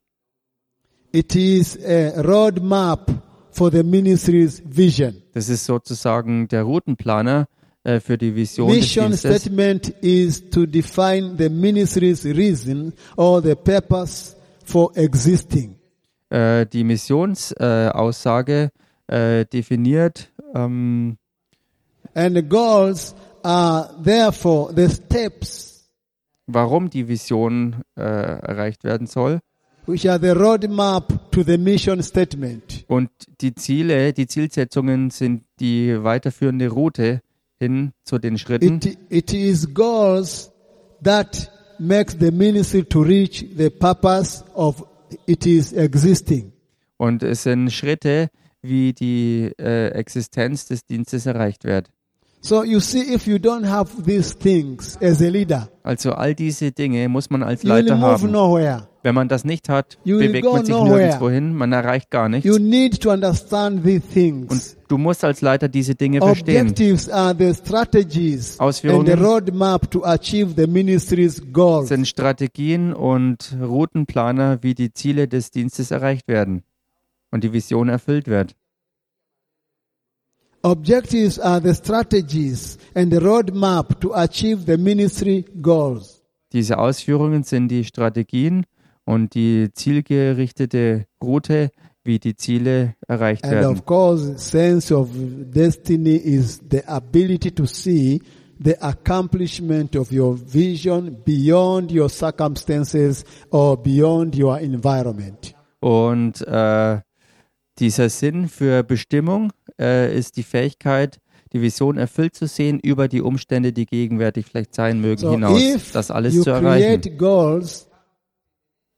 A: It is a roadmap for the ministry's vision.
B: Das ist sozusagen der Routenplaner äh, für die Vision des
A: Mission
B: Dienstes.
A: statement is to define the ministry's reason or the purpose for existing.
B: Äh, die Missionsaussage äh, Aussage, äh, definiert ähm,
A: And the goals are therefore the steps
B: warum die Vision äh, erreicht werden soll.
A: which are the roadmap to the mission statement.
B: Und die Ziele, die Zielsetzungen sind die weiterführende Route hin zu den Schritten.
A: It, it is goals that makes the ministry to reach the purpose of it is existing.
B: Und es sind Schritte, wie die äh, Existenz des Dienstes erreicht wird.
A: So you see, if you don't have these things as a leader,
B: Also all diese Dinge muss man als
A: you will
B: Leiter
A: move
B: haben.
A: nowhere.
B: Wenn man das nicht hat,
A: You will
B: bewegt
A: go
B: man sich
A: nowhere.
B: nirgendwo hin, man erreicht gar
A: You
B: nichts.
A: need to understand these things.
B: Und du musst als Leiter diese Dinge verstehen.
A: Objectives are the strategies
B: Ausführungen.
A: and the roadmap to achieve the ministry's
B: Es
A: goals.
B: sind Strategien und Routenplaner, wie die Ziele des Dienstes erreicht werden und die Vision erfüllt wird.
A: Objectives are the strategies and the roadmap to achieve the ministry goals.
B: Diese Ausführungen sind die Strategien und die zielgerichtete Route, wie die Ziele erreicht
A: And
B: werden.
A: of course, sense of destiny is the ability to see the accomplishment of your vision beyond your circumstances or beyond your environment.
B: Und äh, dieser Sinn für Bestimmung äh, ist die Fähigkeit, die Vision erfüllt zu sehen über die Umstände, die gegenwärtig vielleicht sein mögen,
A: So
B: hinaus,
A: if
B: das alles
A: you
B: zu erreichen.
A: create goals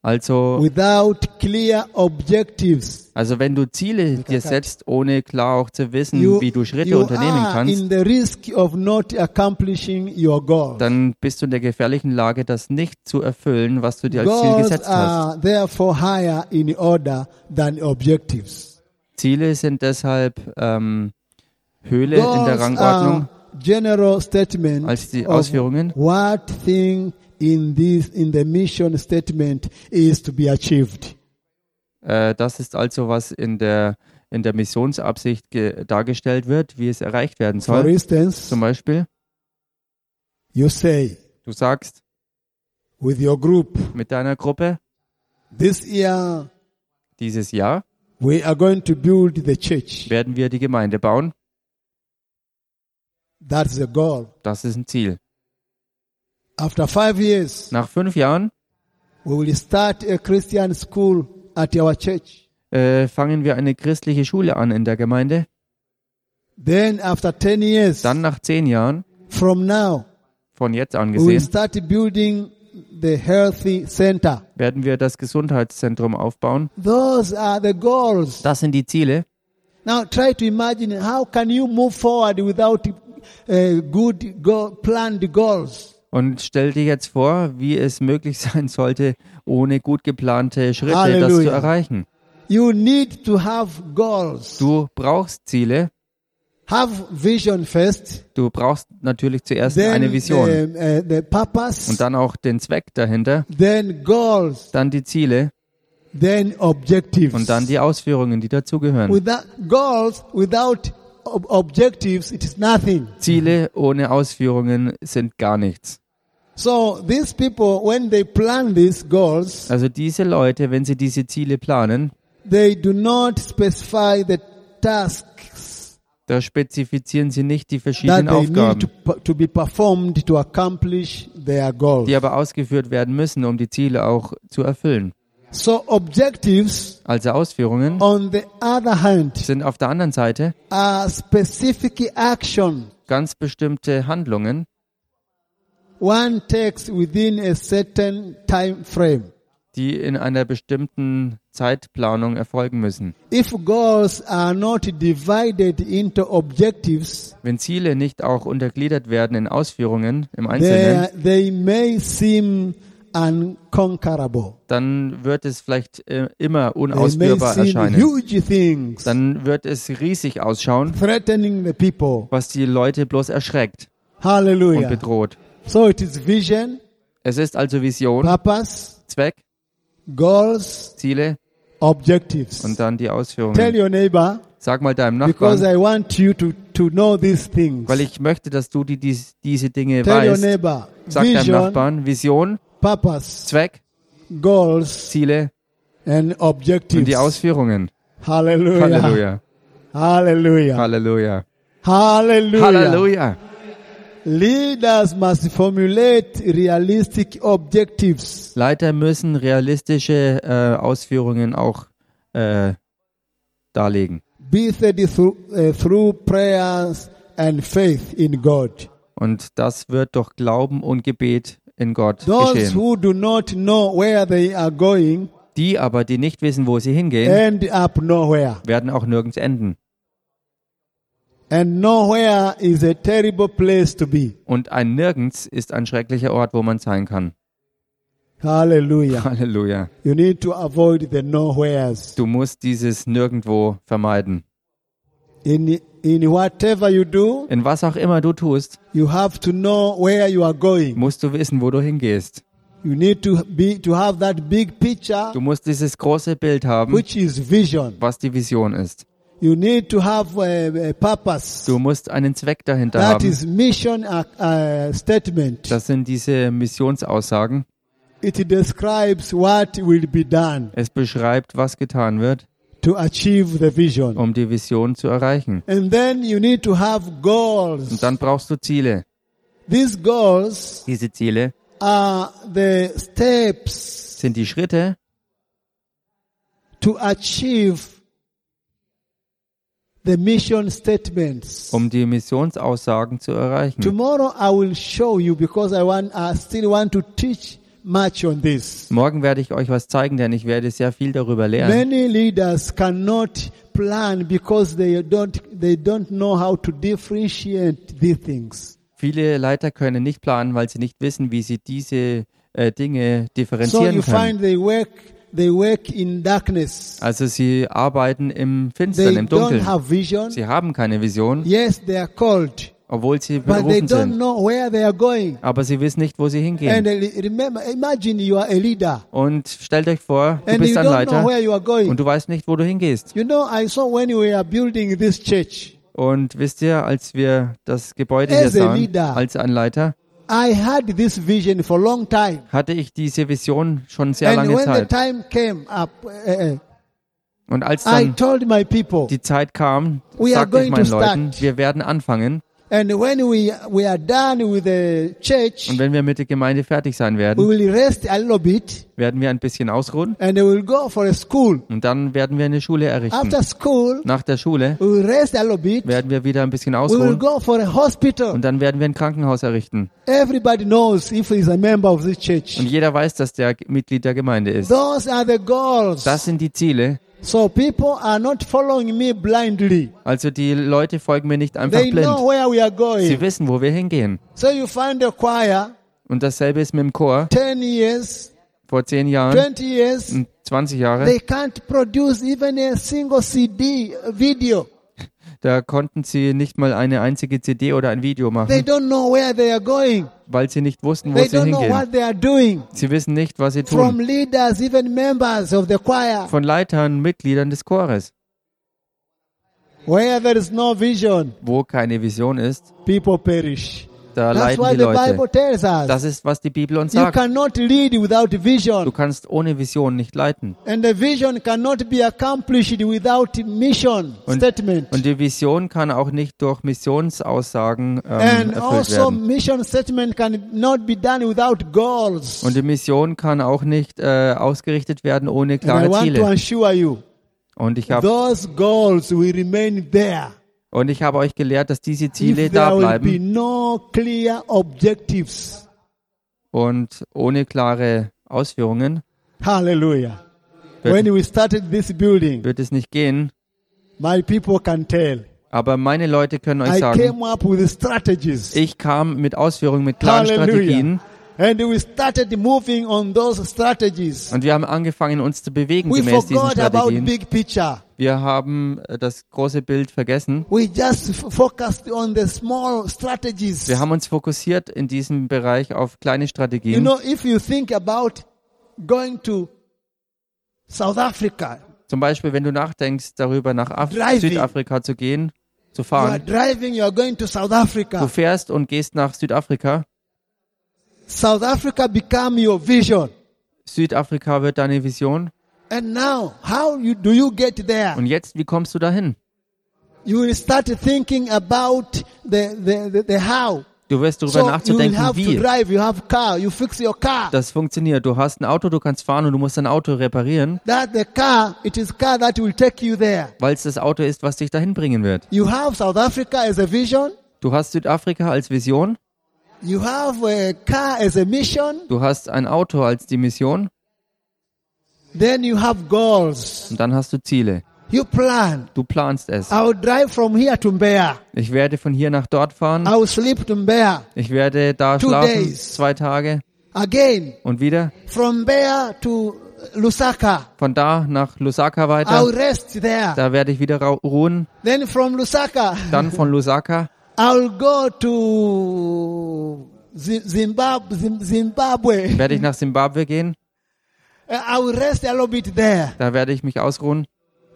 B: Also,
A: without clear objectives,
B: also wenn du Ziele dir
A: cut.
B: setzt, ohne klar auch zu wissen,
A: you,
B: wie du Schritte
A: you
B: unternehmen
A: are
B: kannst,
A: in the risk of not accomplishing your goals.
B: dann bist du in der gefährlichen Lage, das nicht zu erfüllen, was du dir als Ziel
A: Goals
B: gesetzt hast.
A: are therefore higher in order than objectives.
B: Ziele sind deshalb ähm, Höhle in der
A: Goals
B: Rangordnung
A: are general statement
B: als die
A: of
B: Ausführungen.
A: what thing in this in the mission statement is to be achieved.
B: Äh, das ist also, was in der, in der Missionsabsicht ge- dargestellt wird, wie es erreicht werden
A: For
B: soll.
A: instance,
B: Zum Beispiel,
A: you say
B: du sagst
A: with your group,
B: mit deiner Gruppe,
A: this year
B: dieses Jahr
A: we are going to build the church.
B: werden wir die Gemeinde bauen.
A: That's the goal.
B: Das ist ein Ziel.
A: After five years,
B: Nach fünf Jahren
A: we will start a Christian school at our church.
B: äh, fangen wir eine christliche Schule an in der Gemeinde.
A: Then after 10 years,
B: Dann nach zehn Jahren,
A: from now,
B: von jetzt an
A: we will
B: gesehen,
A: start building the healthy center.
B: werden wir das Gesundheitszentrum aufbauen.
A: Those are the goals.
B: Das sind die Ziele.
A: Now try to imagine how can you move forward without uh, good go- planned goals?
B: Und stell dir jetzt vor, wie es möglich sein sollte, ohne gut geplante Schritte das zu
A: Halleluja.
B: erreichen.
A: You need to have goals.
B: Du brauchst Ziele,
A: have vision first,
B: du brauchst natürlich zuerst
A: then
B: eine Vision
A: um, uh, the purpose,
B: und dann auch den Zweck dahinter,
A: then goals,
B: dann die Ziele
A: then objectives.
B: und dann die Ausführungen, die dazugehören.
A: Without goals, without ob- objectives, it is nothing.
B: Ziele ohne Ausführungen sind gar nichts.
A: So these people, when they plan these goals,
B: Also diese Leute, wenn sie diese Ziele planen,
A: they do not specify the tasks
B: da spezifizieren sie nicht die
A: that
B: verschiedenen
A: they need to,
B: Aufgaben,
A: p- to be performed to accomplish their goals.
B: die aber ausgeführt werden müssen, um die Ziele auch zu erfüllen.
A: So objectives,
B: Also Ausführungen
A: on the other hand,
B: sind auf der anderen Seite
A: are specific action
B: ganz bestimmte Handlungen,
A: one takes within a certain time frame.
B: die in einer bestimmten Zeitplanung erfolgen müssen.
A: If goals are not divided into objectives,
B: Wenn Ziele nicht auch untergliedert werden in Ausführungen im Einzelnen,
A: they, uh, they may seem unconquerable.
B: dann wird es vielleicht äh, immer
A: They may
B: unausführbar
A: seem
B: erscheinen.
A: huge things
B: Dann wird es riesig ausschauen,
A: threatening the people.
B: was die Leute bloß erschreckt und
A: Hallelujah.
B: bedroht.
A: So it is vision,
B: Es ist also Vision,
A: purpose,
B: Zweck,
A: goals,
B: Ziele
A: objectives.
B: und dann die
A: Tell
B: Ausführungen.
A: your neighbor,
B: Sag mal deinem
A: because
B: Nachbarn,
A: I want you to, to know these things.
B: weil ich möchte, dass du die, dies, diese Dinge
A: Tell your
B: weißt.
A: neighbor
B: Sag deinem
A: vision,
B: Nachbarn Vision,
A: purpose,
B: Zweck,
A: goals,
B: Ziele
A: and
B: und die
A: objectives.
B: Ausführungen.
A: Hallelujah.
B: Halleluja.
A: Hallelujah.
B: Halleluja.
A: Hallelujah.
B: Halleluja.
A: Leaders must formulate realistic objectives.
B: Leiter müssen realistische äh, Ausführungen auch äh, darlegen.
A: Be steady through, uh, through prayers and faith in God.
B: Und das wird durch Glauben und Gebet in Gott
A: Those
B: geschehen.
A: who do not know where they are going
B: Die aber, die nicht wissen, wo sie hingehen,
A: end up nowhere.
B: werden auch nirgends enden.
A: And nowhere is a terrible place to be.
B: Und ein Nirgends ist ein schrecklicher Ort, wo man sein kann.
A: Hallelujah.
B: Halleluja.
A: You need to avoid the nowheres.
B: Du musst dieses Nirgendwo vermeiden.
A: In, in whatever you do,
B: In was auch immer du tust,
A: you have to know where you are going.
B: musst du wissen, wo du hingehst.
A: You need to be to have that big picture
B: Du musst dieses große Bild haben,
A: which is vision.
B: was die Vision ist.
A: You need to have a, a purpose.
B: Du musst einen Zweck dahinter
A: That
B: haben.
A: is mission uh, uh, statement.
B: Das sind diese Missionsaussagen.
A: It describes what will be done
B: Es beschreibt, was getan wird,
A: to achieve the vision.
B: um die Vision zu erreichen.
A: And then you need to have
B: Und
A: goals.
B: dann brauchst du Ziele.
A: These goals
B: Diese Ziele
A: are the steps
B: sind die Schritte,
A: to achieve the mission statements.
B: um die Missionsaussagen zu erreichen.
A: Tomorrow I will show you because I want I still want to teach much on this.
B: Morgen werde ich euch was zeigen, denn ich werde sehr viel darüber lernen.
A: Many leaders cannot plan because they don't they don't know how to differentiate these things.
B: Viele Leiter können nicht planen, weil sie nicht wissen, wie sie diese äh, Dinge
A: So
B: differenzieren
A: you
B: können.
A: find they work they work in darkness.
B: Also sie arbeiten im Finstern,
A: They
B: im
A: don't
B: Dunkeln.
A: have vision.
B: Sie haben keine Vision,
A: Yes, they are called,
B: obwohl sie
A: but they
B: berufen
A: don't
B: sind.
A: know where they are going.
B: Aber sie wissen nicht, wo sie
A: And
B: hingehen.
A: uh, remember, imagine you are a leader
B: Und stellt euch vor, du
A: and you
B: bist ein
A: don't know
B: Leiter
A: where you are
B: und
A: going.
B: du weißt nicht, wo du hingehst.
A: You know, I saw when we were building this church,
B: Und wisst ihr, als wir das Gebäude hier
A: As a
B: sahen,
A: leader.
B: als ein Leiter,
A: I had this vision for a long time.
B: hatte ich diese Vision schon sehr
A: And
B: lange
A: when the
B: Zeit.
A: time came up, uh, uh,
B: Und als
A: I
B: dann
A: told my people.
B: die Zeit kam,
A: We are
B: sagte ich
A: going to
B: meinen Leuten,
A: start.
B: wir werden anfangen.
A: And when we, we are done with the church,
B: Und wenn wir mit der Gemeinde fertig sein
A: we
B: werden,
A: will rest a little bit
B: werden wir ein bisschen ausruhen
A: and we will go for a school.
B: und dann werden wir eine Schule errichten.
A: After school,
B: Nach der Schule
A: we will rest a little bit.
B: werden wir wieder ein bisschen
A: We will
B: ausruhen
A: go for a hospital.
B: und dann werden wir ein Krankenhaus errichten.
A: Everybody knows if he's a member of this church.
B: Und jeder weiß, dass der Mitglied der Gemeinde ist.
A: Those are the goals.
B: Das sind die Ziele.
A: so people are not following me blindly.
B: Also die Leute folgen mir nicht einfach
A: They know
B: blind.
A: where we are
B: Sie
A: going.
B: wissen, wo wir hingehen.
A: So you find a choir,
B: Und dasselbe ist mit dem Chor
A: 10 years,
B: vor zehn Jahren,
A: 20 years,
B: und 20 Jahre.
A: they can't produce even a single CD video.
B: Da konnten sie nicht mal eine einzige CD oder ein Video
A: They
B: machen,
A: don't know where they are going.
B: weil sie nicht wussten, wo
A: They
B: sie
A: don't know
B: hingehen.
A: what they are doing.
B: Sie wissen nicht, was sie
A: From
B: tun.
A: leaders, even members of the choir,
B: Von Leitern, Mitgliedern des Chores.
A: where there is no vision,
B: Wo keine Vision ist,
A: people perish.
B: da
A: That's
B: leiden
A: why
B: die
A: the Bible
B: Leute.
A: tells us.
B: Das ist, was die Bibel uns
A: You
B: sagt.
A: cannot lead without
B: Du
A: vision.
B: kannst ohne Vision nicht leiten.
A: And the vision cannot be accomplished without mission
B: Und,
A: statement.
B: und die Vision kann auch nicht durch Missionsaussagen ähm,
A: and
B: erfüllt
A: also
B: werden.
A: mission statement can not be done without goals.
B: Und die Mission kann auch nicht äh, ausgerichtet werden ohne
A: and I
B: klare
A: want to
B: Ziele.
A: assure you,
B: Und ich habe
A: those goals will remain there.
B: und ich habe euch gelehrt, dass diese Ziele
A: If
B: da
A: there will be
B: bleiben
A: no clear objectives.
B: und ohne klare Ausführungen
A: Hallelujah.
B: wird,
A: When we started this building,
B: wird es nicht gehen.
A: my people can tell.
B: Aber meine Leute können euch
A: I
B: sagen,
A: came up with strategies.
B: ich kam mit Ausführungen, mit klaren
A: Hallelujah.
B: Strategien
A: And we started moving on those strategies.
B: und wir haben angefangen, uns zu bewegen
A: We
B: gemäß diesen
A: forgot about
B: Strategien.
A: big picture.
B: Wir haben äh, das große Bild vergessen.
A: We just f- focused on the small strategies.
B: Wir haben uns fokussiert in diesem Bereich auf kleine
A: You
B: Strategien.
A: know, if you think about going to South Africa,
B: Zum Beispiel, wenn du nachdenkst, darüber nach Af
A: Driving.
B: Südafrika zu gehen, zu
A: You are
B: fahren.
A: driving, you are going to South
B: Du
A: Africa.
B: fährst und gehst nach Südafrika.
A: South Africa become your vision.
B: Südafrika wird deine Vision.
A: And now, how you, do you get there?
B: Und jetzt, wie kommst du dahin?
A: You will start thinking about the, the, the, the how.
B: Du wirst darüber
A: So you will
B: nachzudenken,
A: have to
B: wie
A: drive, you have car, you fix your car.
B: das funktioniert. Du hast ein Auto, du kannst fahren und du musst dein Auto reparieren,
A: That the car, it is car that will take you there.
B: weil es das Auto ist, was dich dahin bringen wird.
A: You have South Africa as a vision.
B: Du hast Südafrika als Vision,
A: You have a car as a mission.
B: du hast ein Auto als die Mission
A: Then you have goals.
B: und dann hast du Ziele.
A: You plan.
B: Du planst es.
A: I will drive from here to Mbeya.
B: Ich werde von hier nach dort fahren.
A: I will sleep to Mbeya.
B: Ich werde da
A: Two
B: schlafen,
A: days.
B: zwei Tage
A: Again,
B: und wieder.
A: from Mbeya to Lusaka.
B: Von da nach Lusaka
A: I
B: weiter.
A: will rest there.
B: Da werde ich wieder rau- ruhen.
A: Then from Lusaka,
B: Dann von Lusaka
A: I will go to Zi- Zimbab- Zim- Zimbabwe.
B: werde ich nach Simbabwe gehen.
A: I will rest a little bit there.
B: Da werde ich mich ausruhen.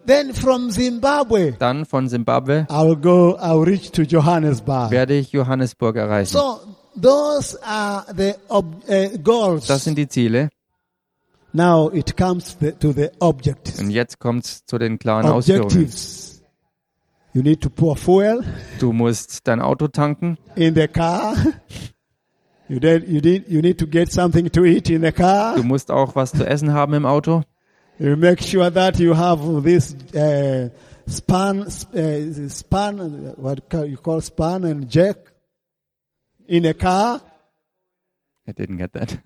A: Then from Zimbabwe,
B: Dann von Simbabwe
A: I will go, I will reach to Johannesburg.
B: werde ich Johannesburg erreichen.
A: So those are the ob- uh, goals.
B: Das sind die Ziele.
A: now it comes the, to the objectives.
B: Und jetzt kommt's zu den klaren Ausführungen.
A: Objectives. You need to pour fuel
B: Du musst dein Auto tanken,
A: in the car. You did, you did, you need to get something to eat in the car.
B: du musst auch was zu essen haben im Auto.
A: You make sure that you have this uh, span, uh, span, uh, what ca- you call span and jack in a car,
B: I didn't get that.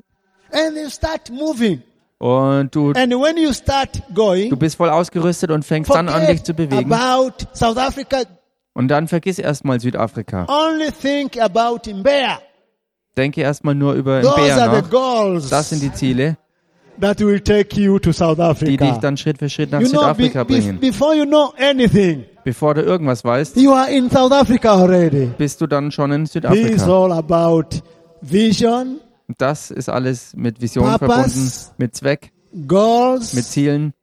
A: and you start moving.
B: Und du,
A: And when you start
B: du
A: going,
B: bist voll ausgerüstet und fängst dann an, dich
A: forget
B: zu bewegen.
A: about South Africa.
B: Und dann vergiss erstmal Südafrika.
A: Only think about Mbeya.
B: Denke erstmal nur über den
A: Those are
B: Bär
A: the
B: nach.
A: goals
B: Das sind die Ziele,
A: that will take you to South
B: die dich
A: Africa.
B: dann Schritt für Schritt nach
A: You know, be-
B: Südafrika
A: be-
B: bringen.
A: before you know anything,
B: Bevor du irgendwas weißt,
A: you are in South Africa already.
B: bist du dann schon in
A: This is
B: Südafrika.
A: all about vision,
B: Und Das ist alles mit Vision verbunden,
A: Purpose.
B: mit Zweck,
A: goals,
B: mit Zielen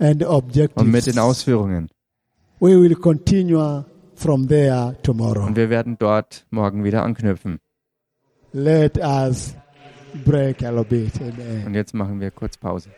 A: and
B: und mit den
A: objectives.
B: Ausführungen.
A: We will continue from there tomorrow.
B: Und wir werden dort morgen wieder anknüpfen.
A: Let us break a little bit. Amen.
B: Und jetzt machen wir kurz Pause.